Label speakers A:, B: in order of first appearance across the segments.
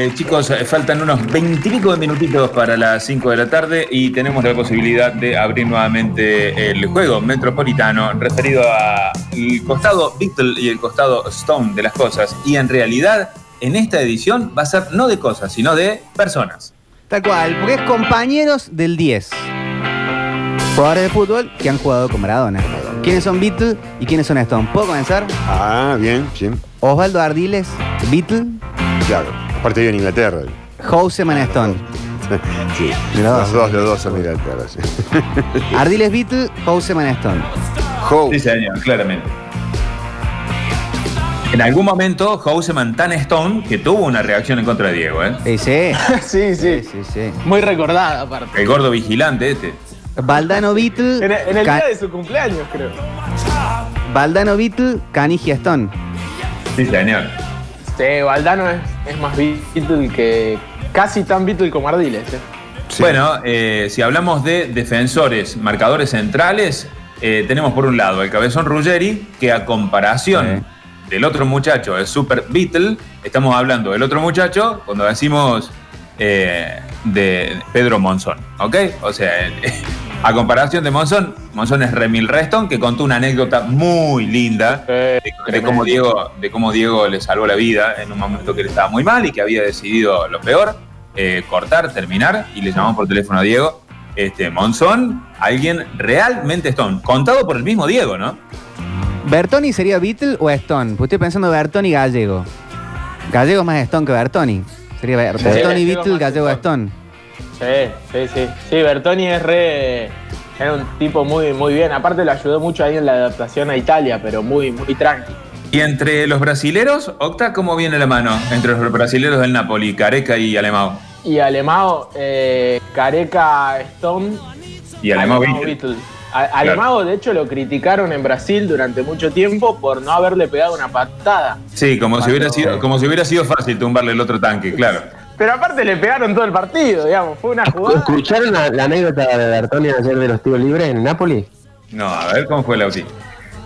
A: Eh, chicos, eh, faltan unos veintipico de minutitos para las 5 de la tarde y tenemos la posibilidad de abrir nuevamente el juego metropolitano referido al costado Beatle y el costado Stone de las cosas. Y en realidad, en esta edición va a ser no de cosas, sino de personas.
B: Tal cual, porque es compañeros del 10. Jugadores de fútbol que han jugado con Maradona. ¿Quiénes son Beatles y quiénes son Stone? ¿Puedo comenzar?
C: Ah, bien, sí,
B: Osvaldo Ardiles, Beatle,
C: claro. Aparte vive en Inglaterra.
B: Houseman Stone.
C: Sí.
B: Los
C: Los dos, los dos son de Inglaterra, sí.
B: Ardiles Beatle, Houseman Stone.
C: Hope.
A: Sí, señor, claramente. En algún momento, Houseman tan Stone que tuvo una reacción en contra de Diego, ¿eh?
B: Eh, Sí,
D: Sí,
B: sí,
D: sí.
B: sí, sí.
D: Muy recordada, aparte.
A: El gordo vigilante este.
B: Valdano Beatle,
D: En, el- en el
B: Ca-
D: día de su cumpleaños, creo.
B: Valdano Beatle, Canigia Stone.
A: Sí, señor.
D: Sí, Valdano es, es más Beatle que. casi tan Beatle como Ardiles. eh.
C: Sí.
A: Bueno, eh, si hablamos de defensores, marcadores centrales, eh, tenemos por un lado el cabezón Ruggeri, que a comparación del otro muchacho, el Super Beatle, estamos hablando del otro muchacho cuando decimos eh, de Pedro Monzón, ¿ok? O sea, el- a comparación de Monzón, Monzón es Remil Reston, que contó una anécdota muy linda
D: Eh,
A: de, de cómo Diego, de cómo Diego le salvó la vida en un momento que él estaba muy mal y que había decidido lo peor, eh, cortar, terminar, y le llamamos por teléfono a Diego. Este, Monzón, alguien realmente Stone, contado por el mismo Diego, ¿no?
B: ¿Bertoni sería Beatle o Stone? Pues estoy pensando Bertoni Gallego. Gallego es más Stone que Bertoni. Sería Ber-
D: Sí,
B: Bertoni
D: Gallego
B: Beatle,
D: más
B: Gallego Stone.
D: Stone. Sí, sí, sí. Sí, Bertoni es re. Era un tipo muy, muy bien. Aparte lo ayudó mucho ahí en la adaptación a Italia, pero muy, muy tranqui.
A: Y entre los brasileros, Octa, ¿cómo viene la mano? Entre los brasileros del Napoli, Careca y Alemão.
D: Y Alemao, eh, Careca Stone.
A: Y Alemão Beatle.
D: A- Alemao, de hecho, lo criticaron en Brasil durante mucho tiempo por no haberle pegado una patada.
A: Sí, como si, hubiera
D: Cuando-
A: sido, como si hubiera sido fácil tumbarle el otro tanque, claro.
D: Pero aparte le pegaron todo el partido, digamos. Fue una jugada.
E: ¿Escucharon la, la anécdota de Bertoni ayer de los tiros libres en Nápoles?
A: No, a ver cómo fue la UCI.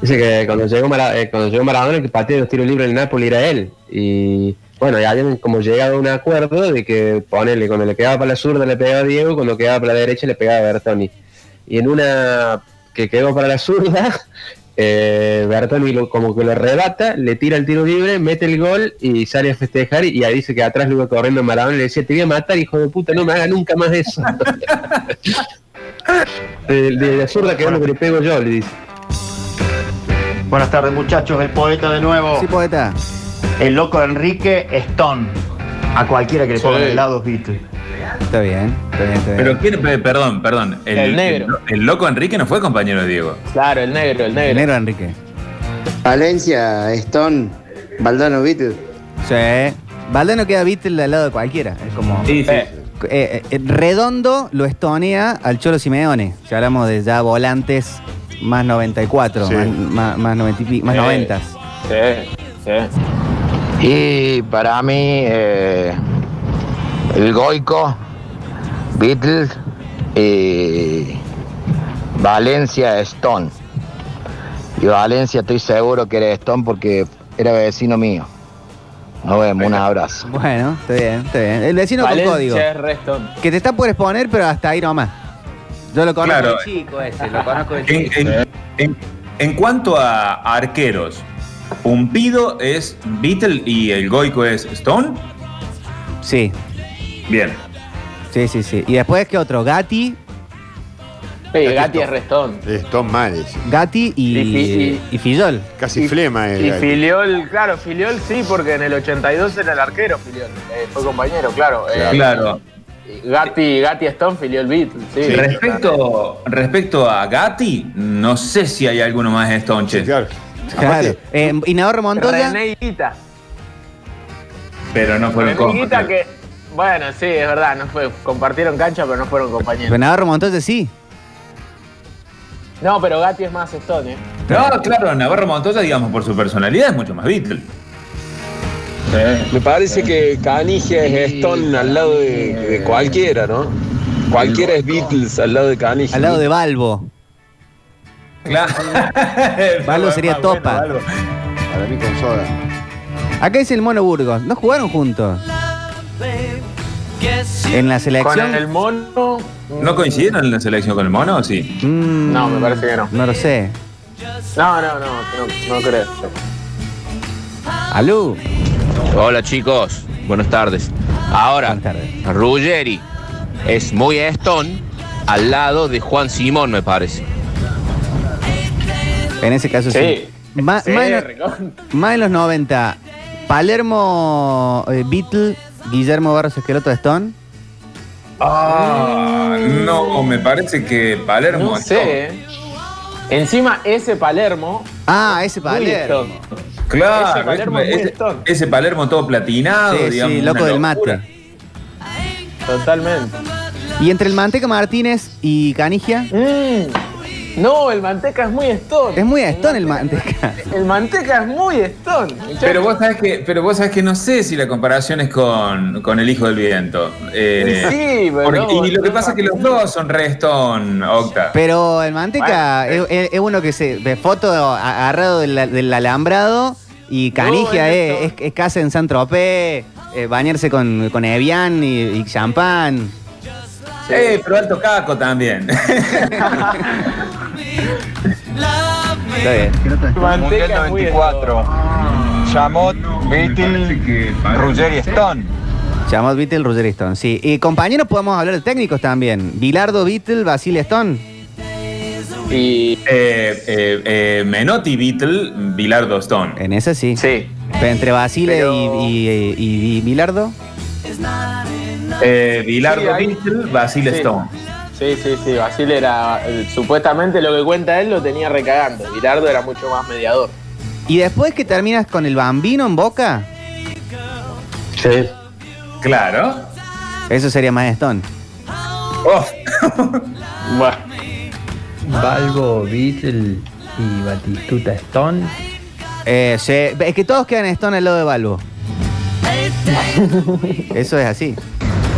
E: Dice que cuando llegó, Mara- eh, cuando llegó Maradona, el que pateó los tiros libres en Nápoles era él. Y bueno, y habían como llegado a un acuerdo de que ponele, cuando le quedaba para la zurda le pegaba a Diego, cuando quedaba para la derecha le pegaba a Bertoni. Y en una que quedó para la zurda, eh, Bertoni lo- como que lo rebata, le tira el tiro libre, mete el gol y sale a festejar. Y ahí dice que atrás lo iba corriendo Maradona y le decía: Te voy a matar, hijo de puta, no me haga nunca más eso. de, de la zurda que que le pego yo, le dice.
F: Buenas tardes muchachos, el poeta de nuevo,
B: Sí, pues, poeta.
F: el loco Enrique Stone. A cualquiera que le
D: Sí.
F: pongan el lado, viste.
B: Está bien, está bien, está bien.
A: Pero quién, pe- perdón, perdón.
D: El negro.
A: El, loco Enrique no fue compañero de Diego.
D: Claro, el negro, el negro.
B: Enero, Enrique.
G: Valencia, Stone, Valdano, Beatle.
B: Sí. Valdano queda Beatle al lado de cualquiera. Es como.
A: Sí,
D: Eh,
B: Eh, eh, redondo lo estonea al Cholo Simeone. Si hablamos de ya volantes más 94,
C: Sí.
B: más, más, más 90 y pi- más
D: Sí.
B: 90.
D: sí, sí.
H: Y para mí, eh, el Goico, Beatles y Valencia Stone. Y Valencia estoy seguro que era Stone porque era vecino mío. Nos vemos, un abrazo.
B: Bueno, está bien, está bien. El vecino con código.
D: Valencia es resto.
B: Que te está por exponer, pero hasta ahí nomás. Yo lo conozco
A: Claro.
B: de chico ese, lo conozco de chico.
A: En, en- en- en cuanto a arqueros, Pumpido es Beatle y el Goico es Stone.
B: Sí,
A: Bien.
B: sí, sí, sí. Y después, ¿qué otro? Gatti,
D: Sí, Gatti es restón.
C: Es Tom Mares.
B: Gatti y,
D: Y Fi-
B: y Fillol.
C: Casi flema
B: Eh,
D: Y
C: el gallo.
D: Filiol, claro, Filiol sí, porque en el 82 era el arquero Filiol. Eh, fue compañero, claro. Eh,
A: Claro.
D: Gatti, Gatti Stone, Filiol Beat. Sí,
A: Respecto, respecto a Gatti, no sé si hay alguno más Stone. che.
C: Sí, claro.
B: Claro.
C: Aparte,
B: Eh, Inador Montoya.
D: René Guita.
A: Pero no fueron
D: René
A: compas.
D: Guita que. Bueno, sí, es verdad, no fue, compartieron cancha, pero no fueron compañeros.
B: Inador Montoya sí.
D: No, pero Gatti es más Stone, ¿eh?
A: No, claro, Navarro Montoya, digamos, por su personalidad es mucho más Beatle.
I: Me parece que Canigia es Stone al lado de, de cualquiera, ¿no? Cualquiera es Beatles al lado de Canigia.
B: Al lado de Balbo.
A: Claro.
B: Balbo sería
A: Bueno,
B: Topa.
A: Balbo.
C: para mí con soda.
B: Acá dice el Mono Burgos. No jugaron juntos. En la
D: Con
B: selección.
D: el mono.
A: ¿No coincidieron en la selección con el mono o sí?
B: Mm,
D: No, me parece que no.
B: No lo sé.
D: No, no, no, no, no creo.
B: Alú.
H: Hola chicos, buenas tardes. Ahora,
B: Buenas tardes.
H: Ruggeri es muy Stone al lado de Juan Simón, me parece.
B: En ese caso sí.
D: Sí.
B: Ma-
D: Sí,
B: más, en los,
D: recon-
B: más en los 90. Palermo eh, Beatle, Guillermo Barros Esqueloto Stone.
A: Ah, no, me parece que Palermo.
D: No
A: es
D: sé. eh. Encima ese Palermo.
B: Ah, ese
D: muy
B: Palermo.
D: listo.
A: todo. Claro,
D: Ese Palermo
A: ese,
D: muy stone.
A: ese Palermo todo platinado,
B: Sí,
A: digamos,
B: sí,
A: oh, una
B: loco del
A: locura.
B: mate.
D: Totalmente.
B: Y entre el Manteca Martínez y Canigia,
D: Mm. No, el manteca es muy stone.
B: es muy Stone el Manteca.
D: El manteca es muy stone. muchachos.
A: Pero vos, sabés que, pero vos sabés que no sé si la comparación es con, con el hijo del viento. Eh,
D: Sí, pero
A: porque-
D: no,
A: y lo que
D: no,
A: pasa es que los dos son Redstone, Octa.
B: Pero el Manteca es, es- es uno que se ve foto a- agarrado del, del alambrado y Canigia
D: es
B: es, es,
D: Stone.
B: es casa en San Tropez, eh, bañarse con, con Evian y, y champán.
A: Eh, pero alto caco también.
B: Está bien.
D: El manteca es muy stone.
I: Chamot, Beatle, Ruggeri Stone.
B: Llamó Beatle, Roger Stone, sí. Y compañeros podemos hablar de técnicos también. Bilardo, Beatle, Basile Stone.
D: Y
A: Eh, eh, eh, Menotti Beatle, Bilardo Stone.
B: En ese sí.
D: sí.
B: Pero entre Basile
D: Pero-
B: y, y- y- y Bilardo.
A: Eh, Bilardo
D: Sí, ahí-
A: Beatle, Basile
D: Sí.
A: Stone.
D: Sí, sí, sí, Basile era, eh, supuestamente lo que cuenta él lo tenía recagando, Virardo era mucho más mediador.
B: Y después que terminas con el bambino en boca,
E: Sí.
A: Claro.
B: eso sería más Stone.
A: Oh,
D: Bueno,
J: Balbo, Beatle y Batistuta Stone.
B: Eh, se- es que todos quedan Stone al lado de Balbo. Eso es así.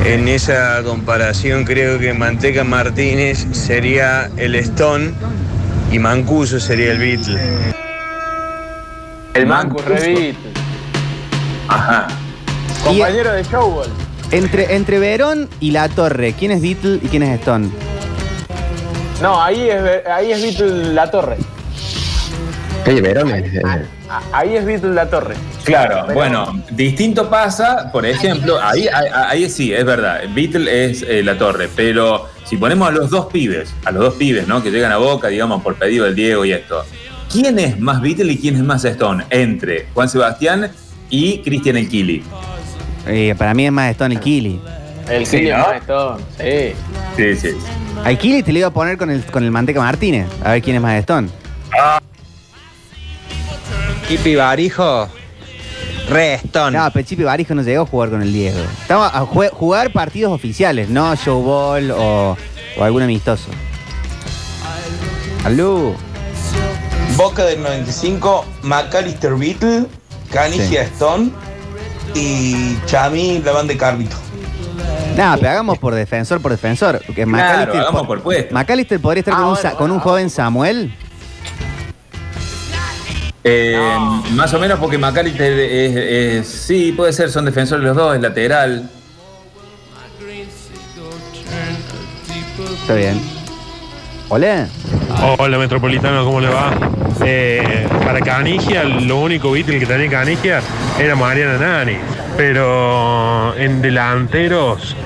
I: En esa comparación creo que Manteca Martínez sería el Stone y Mancuso sería el Beatle.
D: el Manco
A: Mancuso.
D: Revit,
A: Ajá.
B: Y
D: compañero de Showball.
B: entre, entre Verón y La Torre, ¿quién es Beatle y quién es Stone?
D: No, ahí es, ahí es Beatle La Torre.
E: Oye, Verón es, eh,
D: Ah, Ahí es Beatle La Torre.
A: Claro, bueno, distinto pasa, por ejemplo, ahí, ahí, ahí sí, es verdad, Beatle es eh, la torre, pero si ponemos a los dos pibes, a los dos pibes, ¿no? Que llegan a Boca, digamos, por pedido del Diego y esto, ¿quién es más Beatle y quién es más Stone? Entre Juan Sebastián y Cristian El Kili.
B: Eh, para mí es más Stone el Kili.
D: El
A: Sí,
D: sí,
A: ¿no?
D: sí.
A: Sí, sí.
B: Al Kili te lo iba a poner con el, con el Manteca Martínez. A ver quién es más Stone.
J: Kipi Barijo, re Stone.
B: No, pero Chipi Barijo no llegó a jugar con el Diego. Estamos a jue- jugar partidos oficiales, no showball o, o algún amistoso. Aló.
I: Boca del 95, McAllister Beatle, Canigia Stone y Chami la banda de Carlito.
B: No, pero
D: eh.
B: hagamos por defensor por defensor. Porque
A: Claro,
B: McAllister
A: hagamos
B: po-
A: por puesto.
B: McAllister podría estar
D: Ah,
B: con, un,
D: bueno,
B: sa- con un
D: bueno,
B: joven Samuel.
A: Eh, Más o menos porque McAllister es, es- sí, puede ser, son defensores los dos, es lateral.
B: Está bien. Hola.
K: Hola Metropolitano, ¿cómo le va? Eh, para Canigia, lo único Beatle que tenía Canigia era Mariana Nani. Pero en delanteros,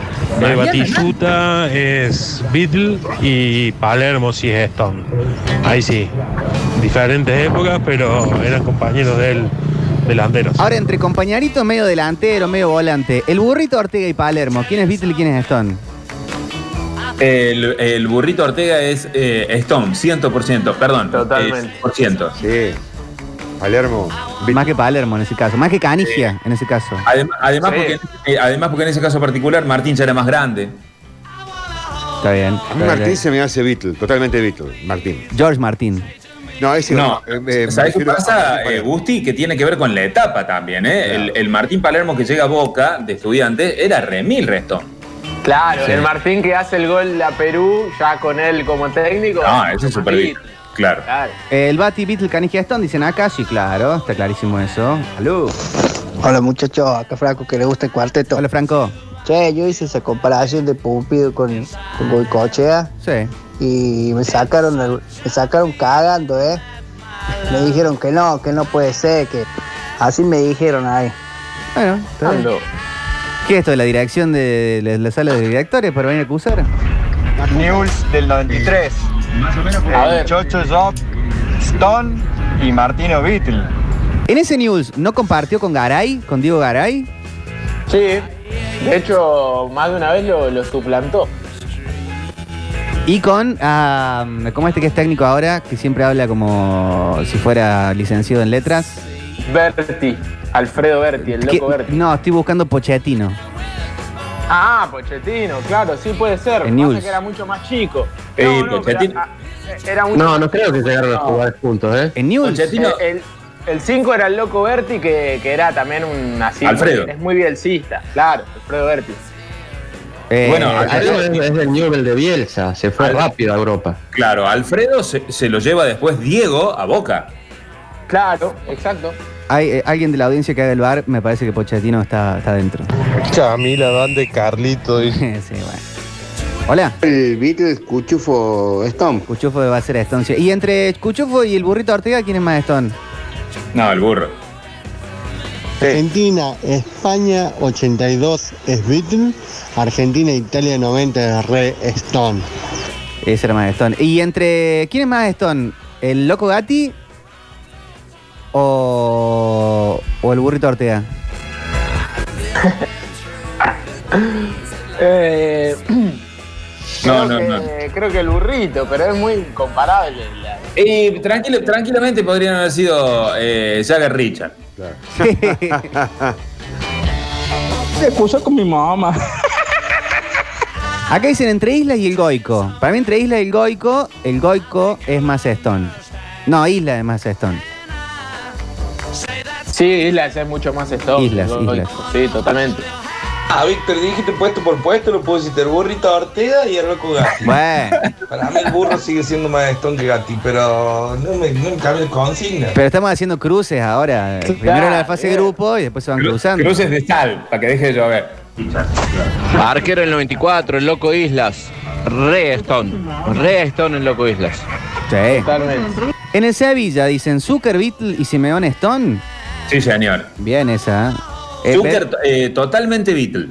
K: eh, Batistuta es Beatle y Palermo sí es Stone. Ahí sí. Diferentes épocas, pero eran compañeros de él, delanteros.
B: Ahora, entre compañeritos, medio delantero, medio volante. El burrito Ortega y Palermo. ¿Quién es Beatle y quién es Stone?
A: El, el burrito Ortega es eh, Stone, 100%, perdón.
D: Totalmente.
A: Por ciento.
C: Sí. Palermo.
B: Más que Palermo en ese caso. Más que Canigia en ese caso.
A: Adem- Además,
D: Sí.
A: porque, eh, además, porque en ese caso particular Martín ya era más grande.
D: Ah,
B: Está bien.
C: A mí
B: Está
C: Martín
B: bien.
C: se me hace Beatle, totalmente Beatle, Martín.
B: George Martín.
C: No, ese
A: No,
C: eh, eh, me
A: ¿sabes qué
C: refiero a-
A: pasa,
C: a-
A: eh, Gusti? Que tiene que ver con la etapa también. ¿eh? El, el Martín Palermo que llega a Boca de estudiante era remil resto.
D: Claro,
A: Sí.
D: el Martín que hace el gol a Perú, ya con él como técnico.
A: No, eso es súper bien.
D: Martín,
A: Claro.
D: Claro.
B: El Bati, Beatle, Canigia, Stone dicen acá. Sí, claro. Está clarísimo eso. Aló.
G: Hola muchachos, acá Franco que le gusta el cuarteto.
B: Hola, Franco.
L: Che, yo hice esa comparación de Pumpido con, con Goicochea.
B: Sí.
L: Y me sacaron, al- me sacaron cagando, ¿eh? Me dijeron que no, que no puede ser, que así me dijeron ahí.
B: Bueno, está bien. ¿Qué es esto? ¿La dirección de la, la sala de directores para venir a acusar?
M: News del 93.
B: A
M: El
B: ver.
M: Chocho Job, Stone y Martino Beatle.
B: En ese news, ¿no compartió con Garay, con Diego Garay?
D: Sí, de hecho, más de una vez lo, lo suplantó.
B: Y con, ah, ¿cómo este que es técnico ahora? Que siempre habla como si fuera licenciado en letras.
D: Berti, Alfredo Berti, el
B: ¿Qué?
D: loco Berti.
B: No, estoy buscando Pochettino.
D: Ah, Pochettino, claro, sí puede ser.
B: En
D: Pasa
B: News.
D: que era mucho más chico.
B: Sí,
D: No, no, pero,
B: Pochettino.
D: ah, Era un
E: No, no creo que llegaron a
D: No.
E: jugar juntos, ¿eh?
B: En News.
D: El- El 5 era el loco Berti, que, que era también un así.
E: Alfredo.
D: Es muy bielcista, claro, Alfredo Berti.
E: bueno,
B: eh,
A: Bueno,
E: Alfredo
A: Alfredo-
E: es, es del Newell de Bielsa, se fue
A: Alfredo-
E: rápido a Europa.
A: Claro, Alfredo se, se lo lleva después Diego a Boca.
D: Claro, exacto.
B: Hay eh, alguien de la audiencia que haga el bar, me parece que Pochettino está, está dentro.
G: Camila, van de Carlito.
B: sí, bueno. Hola.
G: El Beatles Cuchufo Stone.
B: Cuchufo va a ser Stone. sí. Y entre Cuchufo y el burrito Ortega, ¿quién es más Stone?
A: No, el burro.
N: Eh. Argentina, España 82 es Beatle, Argentina, Italia 90 es Re Stone.
B: Ese era más Stone. Y entre. ¿Quién es más Stone? ¿El Loco Gatti? O. o el burrito Ortega?
D: Eh,
A: No,
D: creo
A: no,
D: que-
A: no.
D: Creo que el burrito, pero es muy incomparable. la-
A: Y tranquilo- tranquilamente podrían haber sido eh, Jagger Richard.
O: Se puso con mi mamá.
B: Acá dicen entre Islas y el Goico. Para mí, entre Islas y el Goico, el Goico es más Stone. No, Isla es más Stone.
D: Sí, Islas es mucho más stock.
B: Islas, Islas.
D: Sí, totalmente.
P: Ah, Víctor, dijiste puesto por puesto, lo pusiste el burrito Ortega y el loco Gatti.
B: Bueno.
P: Para mí el burro sigue siendo más estón que Gatti, pero no me, no me cambia el consigna.
B: Pero estamos haciendo cruces ahora. Primero la fase de
P: bien.
B: grupo y después se van cruzando.
A: Cruces de sal, para que deje de llover.
H: Arquero el 94, el Loco Islas. Re Stone. Re Stone el Loco Islas.
B: Sí. En el Sevilla dicen Zucker, Beatle y Simeón Stone.
A: Sí, señor.
B: Bien esa. ¿eh? Eh,
A: Zucker, eh, totalmente Beatle.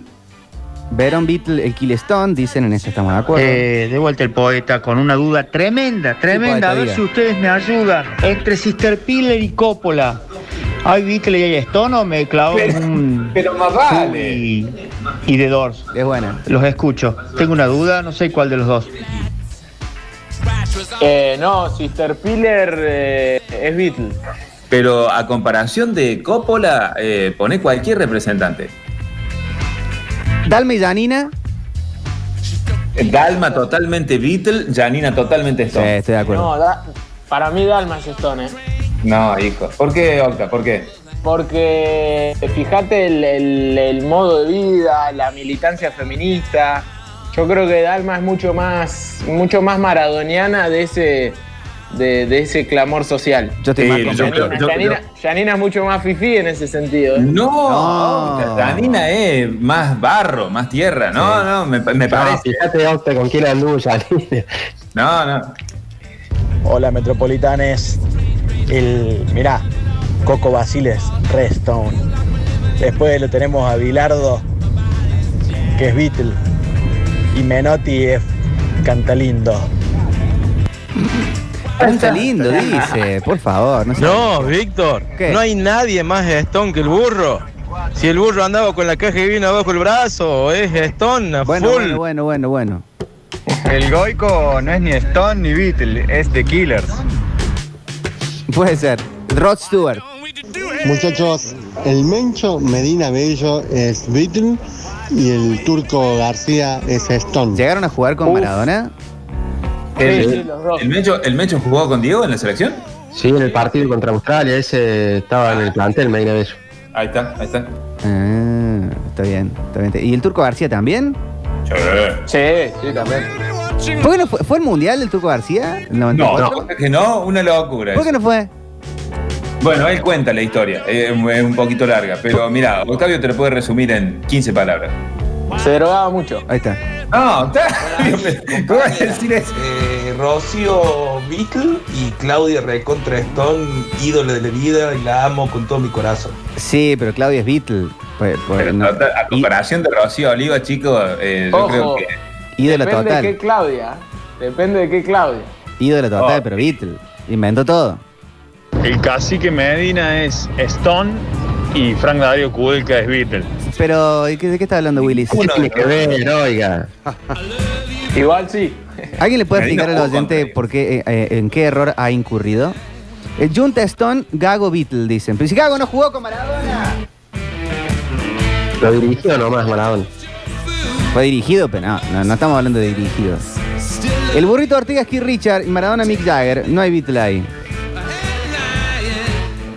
B: Ver- Verón Beatle, el Kill Stone, dicen, en eso estamos de acuerdo.
F: Eh, de vuelta el poeta con una duda tremenda, tremenda.
B: poeta,
F: A ver
B: diga.
F: si ustedes me ayudan. Entre Sister Piller y Coppola, ¿hay Beatle y hay Stone o me clavo en un.
A: Pero más vale.
F: Y, y de Doors.
B: Es buena.
F: Los escucho. Tengo una duda, no sé cuál de los dos.
D: Eh, no, Sister Piller eh, es Beatle.
A: Pero a comparación de Coppola, eh, pone cualquier representante.
B: Dalma y Janina.
A: Dalma totalmente Beatle, Janina totalmente Stone.
B: estoy de
D: No, da- para mí Dalma es Stone, ¿eh?
A: No, hijo. ¿Por qué, Octa? ¿Por qué?
D: Porque eh, fíjate el, el- el modo de vida, la militancia feminista. Yo creo que Dalma es mucho más, mucho más maradoniana de ese, de, de ese clamor social.
B: Yo estoy más completo.
D: Janina,
A: yo- yo-
D: Janina- Janina es mucho más fifí en ese sentido. ¿eh?
A: No, Janina es más barro, más tierra. No, no, me, me
E: Ah,
A: parece.
E: fíjate, Octa, con quién anduvo Janine.
A: No, no.
O: Hola, metropolitanes. El, mirá, Coco Basiles, Redstone. Después lo tenemos a Bilardo, que es Beatle. Y Menotti es Cantalindo.
B: Canta lindo, dice. Por favor, no sé.
M: No, Víctor,
B: ¿Qué?
M: no hay nadie más Stone que el burro. Si el burro andaba con la caja de vino abajo el brazo, es Stone a
B: Bueno,
M: full.
B: bueno, bueno, bueno, bueno.
M: El Goico no es ni Stone ni Beatle, es The Killers.
B: Puede ser. Rod Stewart.
N: Muchachos, el Mencho Medina Bello es Beatle y el Turco García es Stone.
B: ¿Llegaron a jugar con Maradona?
A: El, el Mecho, ¿El Mecho jugó con Diego en la selección?
E: Sí, en el partido contra Australia, ese estaba en el plantel, Medina Bello.
A: Ahí está, ahí está.
B: Ah, está bien, está bien. ¿Y el Turco García también?
D: Eh, Sí, sí, también.
B: ¿Por qué no fue? ¿Fue el mundial del Turco García? ¿El
A: No,
B: 94?
A: no, es que no, una locura.
B: ¿Por qué no fue?
A: Bueno, él cuenta la historia, eh, es un poquito larga, pero mira, Octavio te lo puede resumir en 15 palabras.
D: Se drogaba mucho.
B: Ahí está.
A: No, está. ¿Cómo vas a decir eso?
P: Eh, Rocío Beatle y Claudia Recontra Stone, ídolo de la vida, y la amo con todo mi corazón.
B: Sí, pero Claudia es Beatle. Pues, pues,
A: Pero
B: no.
A: total, a comparación de Rocío Oliva, chicos, eh, yo
D: Ojo.
A: creo que.
B: Ídola
D: Depende
B: total.
D: de qué Claudia. Depende de qué Claudia.
B: Ídola total, pero Beatle. Inventó todo.
Q: El cacique Medina es Stone y Frank Dario Kudelka es Beatle.
B: Pero, ¿y qué- ¿de qué está hablando Willis?
Q: ¿Qué tiene que ver,
B: oiga?
D: Igual sí.
B: ¿Alguien le puede
D: Medina
B: explicar al
D: jugó
B: oyente por qué, eh, eh, en qué error ha incurrido? Eh, Junta Stone, Gago Beatle, dicen. Pero si Gago no jugó con Maradona.
E: Lo dirigió nomás Maradona.
B: Fue dirigido, pero no, no, no estamos hablando de dirigido. El burrito Ortega es Keith Richard y Maradona Mick Jagger. No hay Beatle ahí.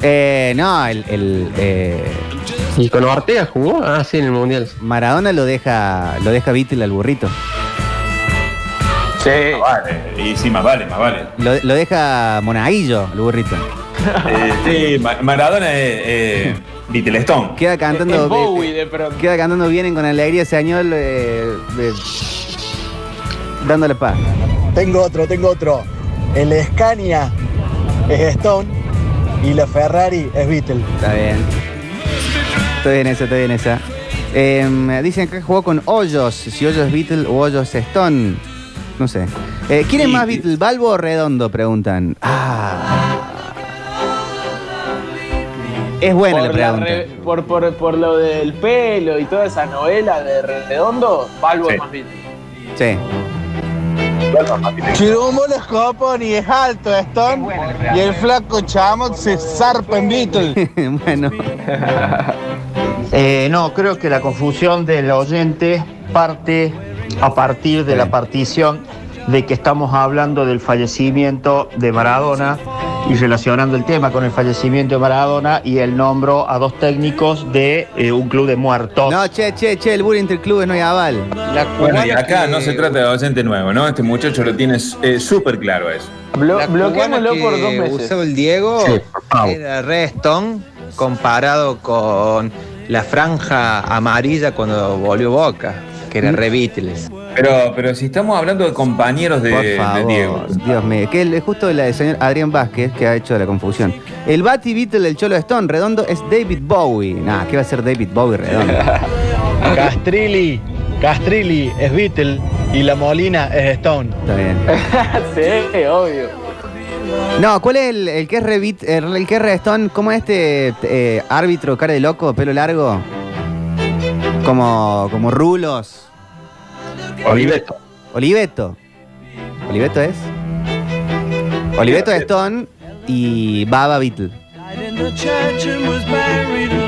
B: Eh, no, el. el eh,
E: ¿Y con Ortega jugó? Ah, sí, en el Mundial.
B: Maradona lo deja, lo deja Beatle al burrito.
A: Sí. vale. Y sí, más vale, más vale.
B: Lo, lo deja Monaguillo, el burrito.
A: Eh, sí, Ma- Maradona es eh, Beatle Stone.
B: Queda cantando.
A: Es Bowie,
B: eh, Queda cantando Vienen con alegría, señor. eh, eh, dándole paz.
O: Tengo otro, tengo otro. El Scania es Stone y la Ferrari es Beatle.
B: Está bien. Estoy en esa, estoy en esa. Em, dicen que jugó con Hoyos. Si Hoyos es Beatle o Hoyos es Stone. No sé. Eh, ¿Quién es más Beatle, Balbo o Redondo? Preguntan. Ah. Es buena la
D: por, la
B: pregunta.
D: re- por, por- por lo del pelo y toda esa novela de Redondo, Balbo
B: Sí.
D: es más Beatle.
B: Sí.
O: Chirumo los copos y es alto Stone y el flaco Chamot se zarpa en Beatle.
B: bueno.
R: Eh, no, creo que la confusión del oyente parte a partir de la partición de que estamos hablando del fallecimiento de Maradona y relacionando el tema con el fallecimiento de Maradona y el nombro a dos técnicos de eh, un club de
F: Oh.
R: muertos.
B: No, che, che, che, el bullying entre clubes no hay aval.
A: Bueno, y acá no se trata de docente nuevo, ¿no? Este muchacho lo tiene eh, súper claro eso.
J: La
D: bloquémoslo
J: cubana
D: por
J: que
D: dos meses.
J: Usó el Diego
A: Sí, por favor.
J: era Reston comparado con la franja amarilla cuando volvió Boca, que era re Beatles.
A: Pero, pero si estamos hablando de compañeros de,
B: Por
A: de
B: favor,
A: Diego.
B: Dios mío. Que el- justo la del señor Adrián Vázquez que ha hecho la confusión. El Batty Beatle del Cholo Stone redondo es David Bowie. Nah, ¿qué va a ser David Bowie redondo?
O: Castrilli, Castrilli es Beatle y la Molina es Stone.
B: Está bien.
D: sí, obvio.
B: No, ¿cuál es el, el que es Revit, el, el que es Redstone? ¿Cómo es este eh, árbitro, cara de loco, pelo largo? Como, como Rulos.
E: Oliveto.
B: Oliveto. Oliveto es. Oliveto es Stone y Baba Beatle.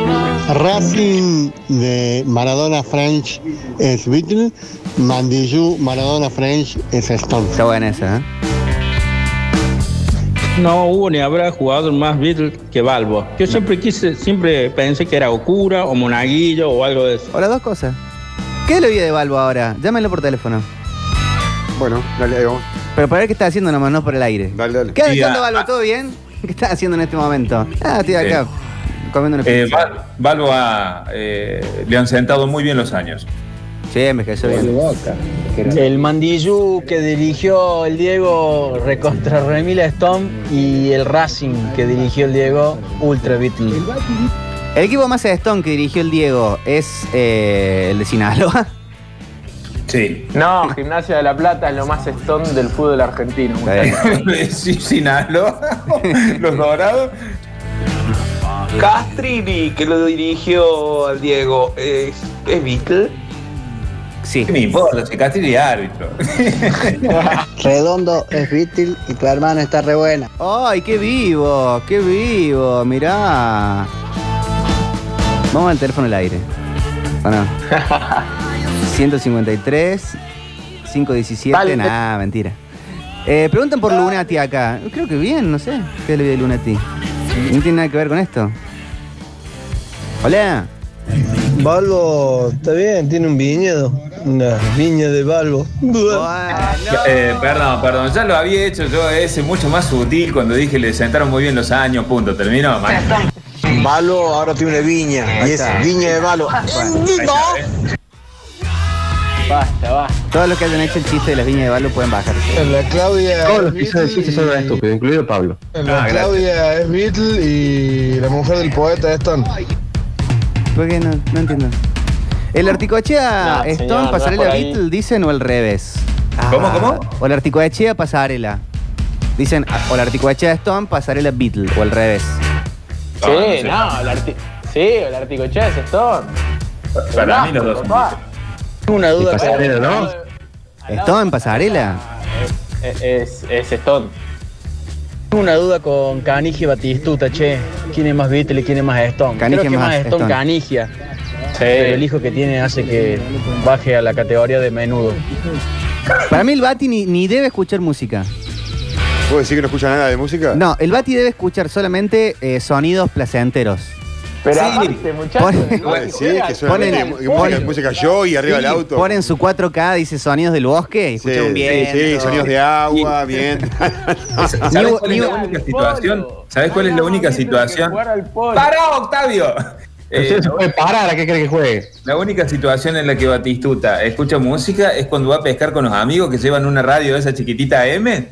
N: Racing de Maradona French es Beatle. Mandillú Maradona French es Stone.
B: Está buena esa, ¿eh?
S: No hubo ni habrá jugador más Beatle que Balbo. Yo siempre quise, siempre pensé que era Okura o Monaguillo o algo de eso.
B: Ahora dos cosas. ¿Qué es la vida de Balbo ahora? Llámenlo por teléfono.
C: Bueno, dale, ahí vamos.
B: Pero para ver qué está haciendo nomás, no por el aire.
C: Dale, dale.
B: ¿Qué
C: Y
B: haciendo
C: a-
B: Balbo? ¿Todo bien? ¿Qué estás haciendo en este momento? Ah, estoy acá. Comiendo una
A: Eh,
B: pizza.
A: Val- Valvo ha, eh, le han sentado muy bien los años.
B: Sí, envejeció bien.
O: El Mandillú que dirigió el Diego recontra Remila Stone y el Racing que dirigió el Diego Ultra Beatle.
B: El equipo más Stone que dirigió el Diego es eh, el de Sinaloa.
A: Sí.
D: No, Gimnasia de la Plata es lo más stone del fútbol argentino.
A: sí, Sinaloa, los dorados.
P: Castrini, que lo dirigió al Diego, ¿es, es Beatle?
B: Sí.
A: ¿Qué me importa? Si Castrilli es árbitro.
L: Redondo es Beatle y tu hermana está re buena.
B: ¡Ay, qué vivo! ¡Qué vivo! Mirá. Vamos al teléfono al aire. ¿O no? 153, 517.
L: Dale.
B: Nah, mentira. Eh, preguntan por Lunati acá. Creo que bien, no sé. ¿Qué le vi de Lunati? No tiene nada que ver con esto. Hola.
O: Balbo está bien, tiene un viñedo, una viña de Balbo.
A: Eh, perdón, perdón. Ya lo había hecho yo ese mucho más sutil cuando dije le sentaron muy bien los años, punto. Terminó. man.
O: Balo ahora tiene una viña,
A: Ahí está.
O: viña de Balo.
D: Basta, basta.
B: Todos los que hayan hecho el chiste de las viñas de Balbo pueden bajar.
E: En
B: la Claudia.
E: Todos los que hicieron el chiste son unos estúpidos, incluido Pablo.
B: Ah,
O: Eh,
E: Ah,
B: gracias.
O: Claudia es Beatle y la mujer del poeta Stone.
B: ¿Por qué no? No entiendo. ¿El articochea
O: No,
B: Stone
O: señor, no
B: pasarela
O: es por ahí.
B: Beatle dicen o al revés? Ah.
A: ¿Cómo, cómo?
B: O el articochea pasarela. Dicen, ah, o el articochea Stone pasarela Beatle o al revés.
A: Ah,
D: Sí, no, el arti- sí, el articochea es Stone.
A: Para mí los dos son
D: Papá.
B: Una
D: duda,
B: pasarela,
D: pero-
B: ¿no? ¿Stone pasarela?
D: Es, es Stone.
F: Tengo una duda con Canigia y Batistuta, che. ¿Quién es más Beatle y quién es más Stone?
B: Canigia
F: Creo que
B: más
F: más Stone,
B: Stone.
F: Canigia. Pero el hijo que tiene hace que baje a la categoría de menudo.
B: Para mí el Bati ni, ni debe escuchar música.
C: ¿Puedo decir que no escucha nada de música?
B: No, el Bati debe escuchar solamente eh, sonidos placenteros.
D: Pero
C: Sí.
D: aparte, muchachos,
C: Bueno, sí, que suena
B: Ponen-
C: música- música, música yo y arriba
B: Sí,
C: el auto.
B: Ponen su 4K, dice sonidos del bosque y
C: Sí,
B: escuchan un
C: sí,
B: viento. este
C: sí, sonidos de agua, bien.
A: ¿Sabes cuál es la única situación? ¿Sabes cuál es la única situación? ¡Para, Octavio! Eh,
E: se puede parar, ¿a qué crees que juegue?
A: la única situación en la que Batistuta escucha música es cuando va a pescar con los amigos que llevan una radio de esa chiquitita M.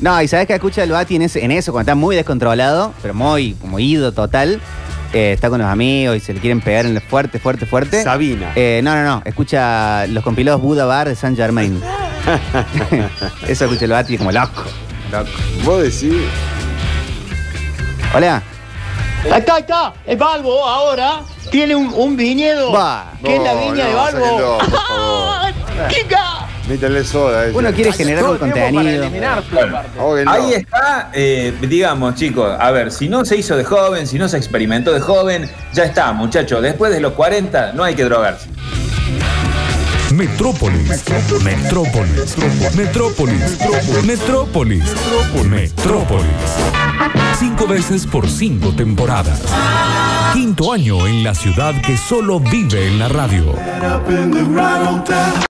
B: No, y sabes que escucha el Bati en, ese- en eso, cuando está muy descontrolado, pero muy como ido total. eh, está con los amigos y se le quieren pegar en lo fuerte, fuerte, fuerte.
C: Sabina.
B: Eh, no, no, no. Escucha los compilados Buda Bar de San Germain. eso escucha el Bati como loco. Loco.
C: Vos decís.
B: Hola.
T: Acá, acá, el Balbo ahora tiene un, un
F: Oh.
T: viñedo.
B: Va.
T: Que es la viña de Balbo. ¡Chica!
C: Métale soda. eh. ella.
B: Uno quiere generar un contenido.
C: Hoy no.
A: Ahí está, eh, digamos, chicos, a ver, si no se hizo de joven, si no se experimentó de joven, ya está, muchachos, después de los 40 no hay que drogarse.
K: Metrópolis. Metrópolis. Metrópolis. Metrópolis. Metrópolis. Cinco veces por cinco temporadas. Quinto año en la ciudad que solo vive en la radio.